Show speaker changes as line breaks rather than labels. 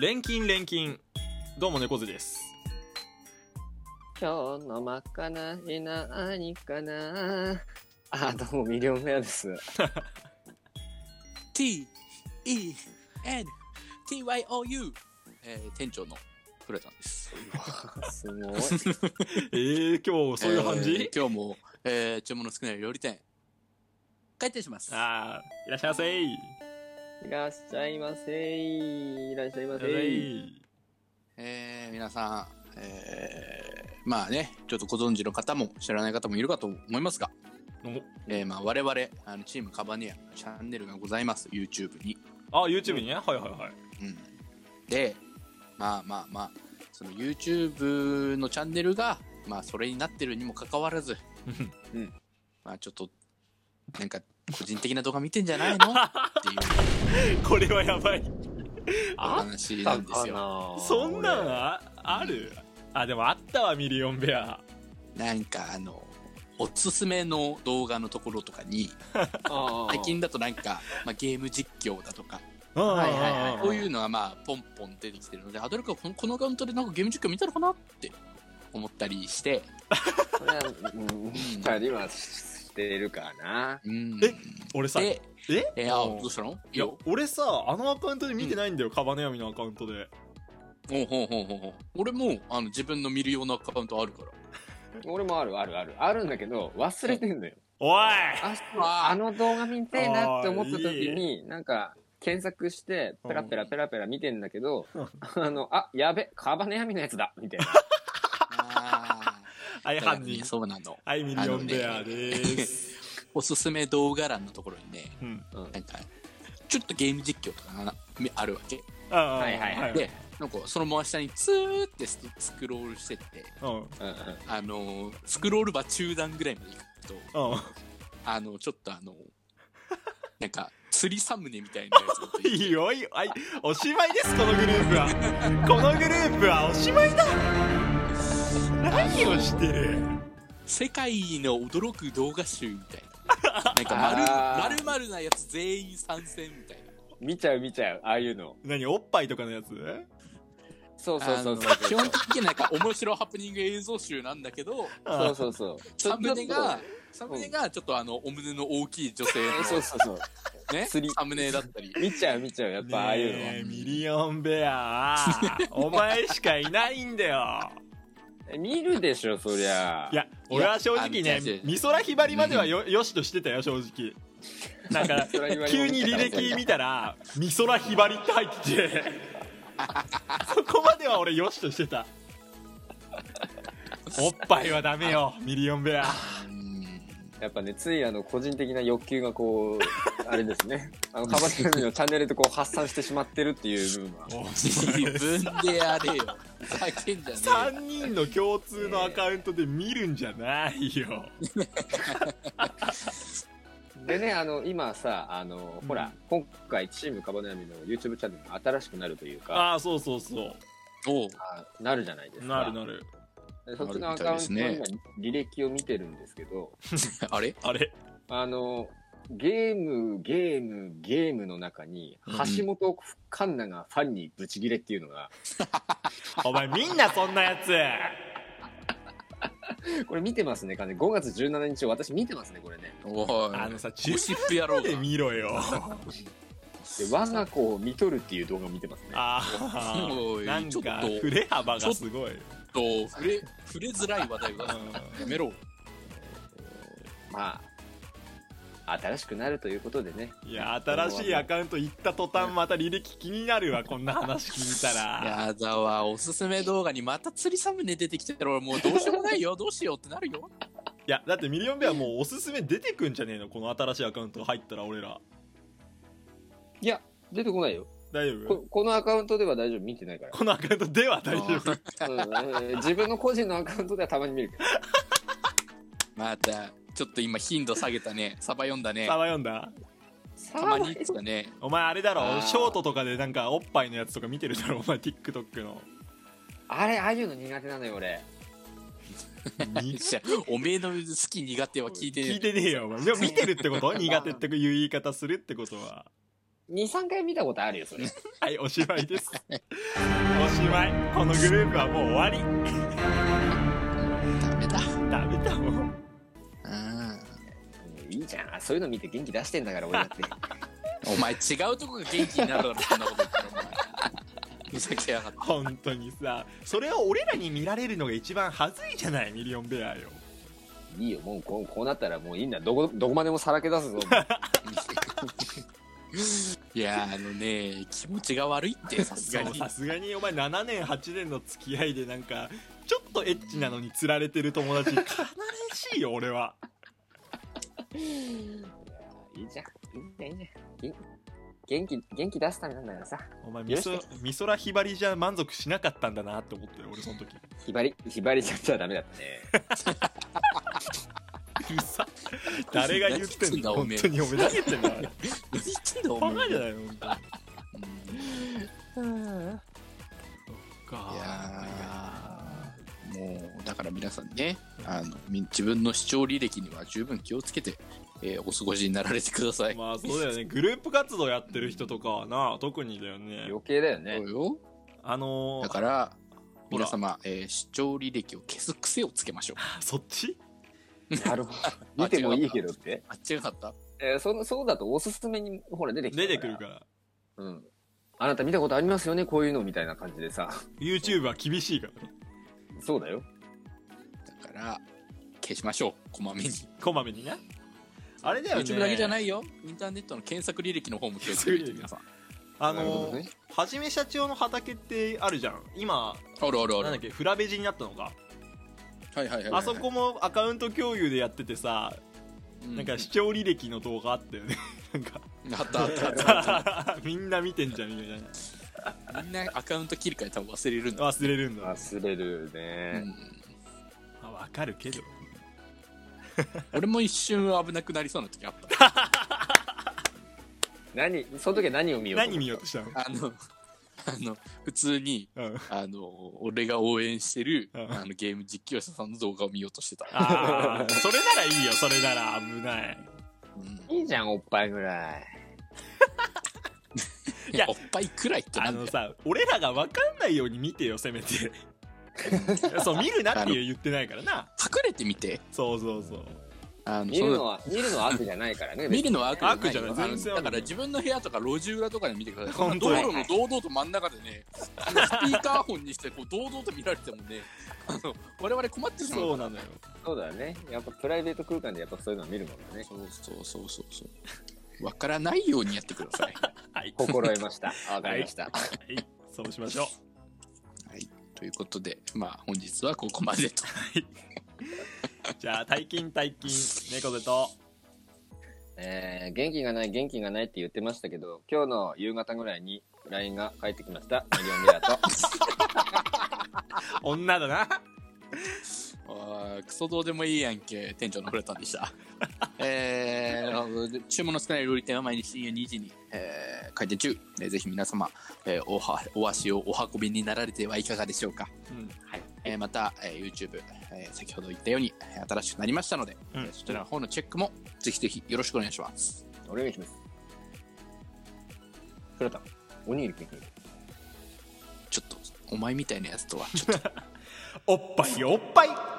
錬金錬金どうも猫背です
今日のまかないなにかなあ、どうも、ミリオンフェアです。
T E N T Y O U、えー、店長のプレタンです。
すごい。
えー、今日そういう感じ
え、ー今日も、えー、注文の少ない料理店開店します。
ああいらっしゃいませい
いらっしゃいませい。いらっしゃいませ
らっしゃ
い。
い
えー、皆さん、えー、まあねちょっとご存知の方も知らない方もいるかと思いますが、えー、まあ我々あのチームカバネアチャンネルがございます YouTube に。
おあ YouTube にね、はいはいはい
うん、でまあまあまあその YouTube のチャンネルが、まあ、それになってるにもかかわらず、
うん
まあちょっとなんか個人的な動画見てんじゃないのっていう
これはやばい
お
あ
話なんですよ
な
そんなんああるあでもあったわミリオンベア
なんかあのおすすめの動画のところとかに最
最
近だとなんか、まあ、ゲーム実況だとか
はい
はいはい
こういうのはまあポンポン出てきてるのであどれかこのこのアカウントでなんかゲーム実況見たのかなって思ったりして、
これは、うん二人はしてるかな。
うん、
え俺さ
で
え
えー、あどうしたの
いや俺さあのアカウントで見てないんだよ、カバネヤミのアカウントで
おうほうほうほうほう俺もあの自分の見るようなアカウントあるから
俺もあるあるある。あるんだけど、忘れてんのよ。
おい
あ、あの動画見てえなって思った時に、なんか、検索して、ペラペラペラペラ見てんだけど
うん、
あの、あ、やべ、カバネヤミのやつだみたいな。
あ
はい
あ
犯人
そうなの
はいミリオンベアでーす、
おすすめ動画欄のところにね
うん
なんかちょっとゲーム実況とかがあるわけ
あー
はいはいはい
でなんかその真下にツーってススクロールしてって
うんうん
うんうん
あのースクロール場中段ぐらいまで行くとあのちょっとあのなんか釣りサムネみたいなやつ が出てきて
いいよいいよはいおしまいですこのグループはこのグループはおしまいだ何をしてる
世界の驚く動画集みたいな。なんか
あー
丸、丸々なやつ全員参戦みたいな。
見ちゃう見ちゃう、ああいうの。
何おっぱいとかのやつ
そうそうそう
あの
そう。
基本的になんか面白ハプニング映像集なんだけど、
あ
そう
ー
そうそう。
サムネが、サ
っと
ムネがちょっとあの、お胸の大きい女性
そうそうそ
の
う。
ね、サ
釣り
ムネだったり。
見ちゃう見ちゃう、やっぱああいうのは。
ねえミリオンベアお前しかいないんだよ
え見るでしょ、そりゃ。
いや俺は正直
い
ね
やあの違う違う
美空ひばりまではよ,、よしとしてたよ正直なんか
それは言われ
急
る
に履歴見たら美空ひばりって入って てそこまでは俺よしとしてたおっぱいはダメよミリオンベア
うん
やっぱね、ついあの、個人的な欲求がこう、あれです ね。あの、カバネヤミのチャンネルとこう発散してしまってるっていう部分は。
自分でやれよ。ふざけんじゃねえよ。
3人の共通のアカウントで見るんじゃないよ
でね、あの、今さ、あの、ほ
うん
ら、今回チームカバネヤミの YouTube チャンネルが新しくなるというか、
ああそうそうそう
おう
あなるじゃないですか。
なるなる
でそっちのアカウントの
なるみ
今履歴を見てるんですけど、
あれ
あれ
あの、ゲーム、ゲーム、ゲームの中に、橋本環奈がファンにブチギレっていうのが、
お前みんなそんなやつ
これ見てますね、完全に5月17日、私見てますね、これね。
おい。
あのさ中
ゴシップ野郎が
で見ろよ
で、我が子を見とるっていう動画を見てますね。
あ
お
あ
い
なん
ちょっと
か振れ幅がすごい、
と、触れ、触れづらい話題
う
が。
ん
やめろ。
まあ、新しくなるということでね。
いや新しいアカウント行った途端また履歴気になるわこんな話聞いたら
やだわ、おすすめ動画にまた釣りサムネ出てきてたら、もうどうしようもないよ、どうしようってなるよ。
いやだってミリオンベアもうおすすめ出てくんじゃねえのこの新しいアカウント入ったら俺ら
いや、出てこないよ。
大丈夫
ここのアカウントでは大丈夫、見てないか
このアカウントでは大丈夫
ら。うんえー自分の個人のアカウントではたまに見るけど。
また、ちょっと今頻度下げたね、サバ読んだね、
サバ読んだ
たまにいつかね、
お前あれだ
あ
ろ
ー
ショートとかでなんかおっぱいのやつとか見てるだろお前 TikTok の
あれ、ああいうの苦手なのよ、俺。
に
おめえの好き苦手は聞いてね
聞いてねえよお前でも見てるってこと苦手っていう言い方するってことは
2、3回見たことあるよ、それ。
はい、おしまいです。おしまい。このグループはもう終わり。
ダメだ。
ダメだもん。
うん。
いいじゃん。そういうの見て元気出してんだから、俺だって。
お前違うとこが元気になるだろ、そんなこと言ったら。お前ふざけ やがって。
本当にさ、それを俺らに見られるのが一番恥ずいじゃない、ミリオンベアよ。
いいよ、もうこうこうなったらもういいんだ。どこ、どこまでもさらけ出す ぞ。
いやーあのね気持ちが悪いってさすが
そう
に
さすがにお前7年8年の付き合いでなんかちょっとエッチなのに釣られてる友達悲しいよ俺は
いいじゃん。いいんだ、いいんだ。いい元気、元気出すためなんだからさ。
お前みそみそらひばりじゃ満足しなかったんだなって思ったよ俺その時
ひばり、ひばりちゃんじゃダメだったね。
う さ誰が言ってんの
何
本
言って
当
ん
におめでってんだ
何言ってんだお
バカ
前
じゃないの本当に
い
い
やーもうだから皆さんねあのみ自分の視聴履歴には十分気をつけて、えーお過ごしになられてください、
やまあそうだよねグループ活動やってる人とかはな特にだよね
余計だよ
そ
ね
う。よ
あの
だ
ー、
から
ほ
皆
ら
様、えー視聴履歴を消す癖をつけましょう
そっち
なるほ ど。見てもいいけどって。
あっちがかった
えー、その、そうだとおすすめに、ほら出てき。
出てくるからら
うん。あなた見たことありますよね、こういうのみたいな感じでさ。
YouTube は厳しいからね
そうだよ。
だから消しましょうこまめに、
こまめになあれだよね
YouTube だけじゃないよインターネットの検索履歴の方も気をつけて皆さん
あ
なるほ
の
ど
ー
ね。
はじめ社長の畑ってあるじゃん今
あるあるある
なんだっけフラベジになったのか
はいはいはいはい
あそこもアカウント共有でやっててさ
う
なんか視聴履歴の動画あったよね なん
あったあったあった
かみんな見てんじゃんみたいな
みんなアカウント切り替えたら忘れるんだ。
忘れるんだ
忘れる
う
ね。
ん
あわかるけど
俺も一瞬危なくなりそうな時あっ
何、その時は何を見ようと思った
何見ようとしたの
た。あの、あの、普通に、
うん
あの、俺が応援してる、
うん
あの、ゲーム実況者さんの動画を見ようとしてた。
あ ーそれならいいよそれなら危ない
うん
いいじゃん、おっぱいぐらい。
い
い
や
や、おっぱいくらいってな
あ
んだよ
のさ俺らがわかんないように見てよせ めてそう見るなっていう言ってないからな
隠れてみて。
そうそうそう
あの、
見
そ
るの
の
は、見るのは悪じゃないからね。
見るのは悪
悪じゃない
よあの
全然悪く
だ
ない
から自分の部屋とか路地裏とかで見てください。
本当
道路の堂々と真ん中でね、スピーカー本にして、こう、堂々と見られてもね、あの、我々困ってしまう
そうなのよ
そうだよね。やっぱプライベート空間でやっぱそういうの見るもんだね。
そうそうそうそうそう。わからないようにやってください。
はい
心得ま した。わかりました。
はい、そうしましょう。
はい。ということで、まあ本日はここまでと。
じゃあ、大金大金、猫背と。
えー、元気がない元気がないって言ってましたけど、今日の夕方ぐらいに LINE が返ってきました。ミリオンミラーと。
女だな。
あークソどうでもいいやんけ、店長のフラタンでした。 えー、注文の少ない料理店は毎日深夜2時に、えー開店中、えーぜひ皆様、えーおはお足をお運びになられてはいかがでしょうか。
うん、
はいえーまた、えー YouTube、えー先ほど言ったようにえー新しくなりましたので、
うん
えーそちらの方のチェックもぜひぜひよろしくお願いします。
お願いします。フラタン、おにぎり食いに行く
ちょっと、お前みたいなやつとはちょっと
おっぱいよ、おっぱい。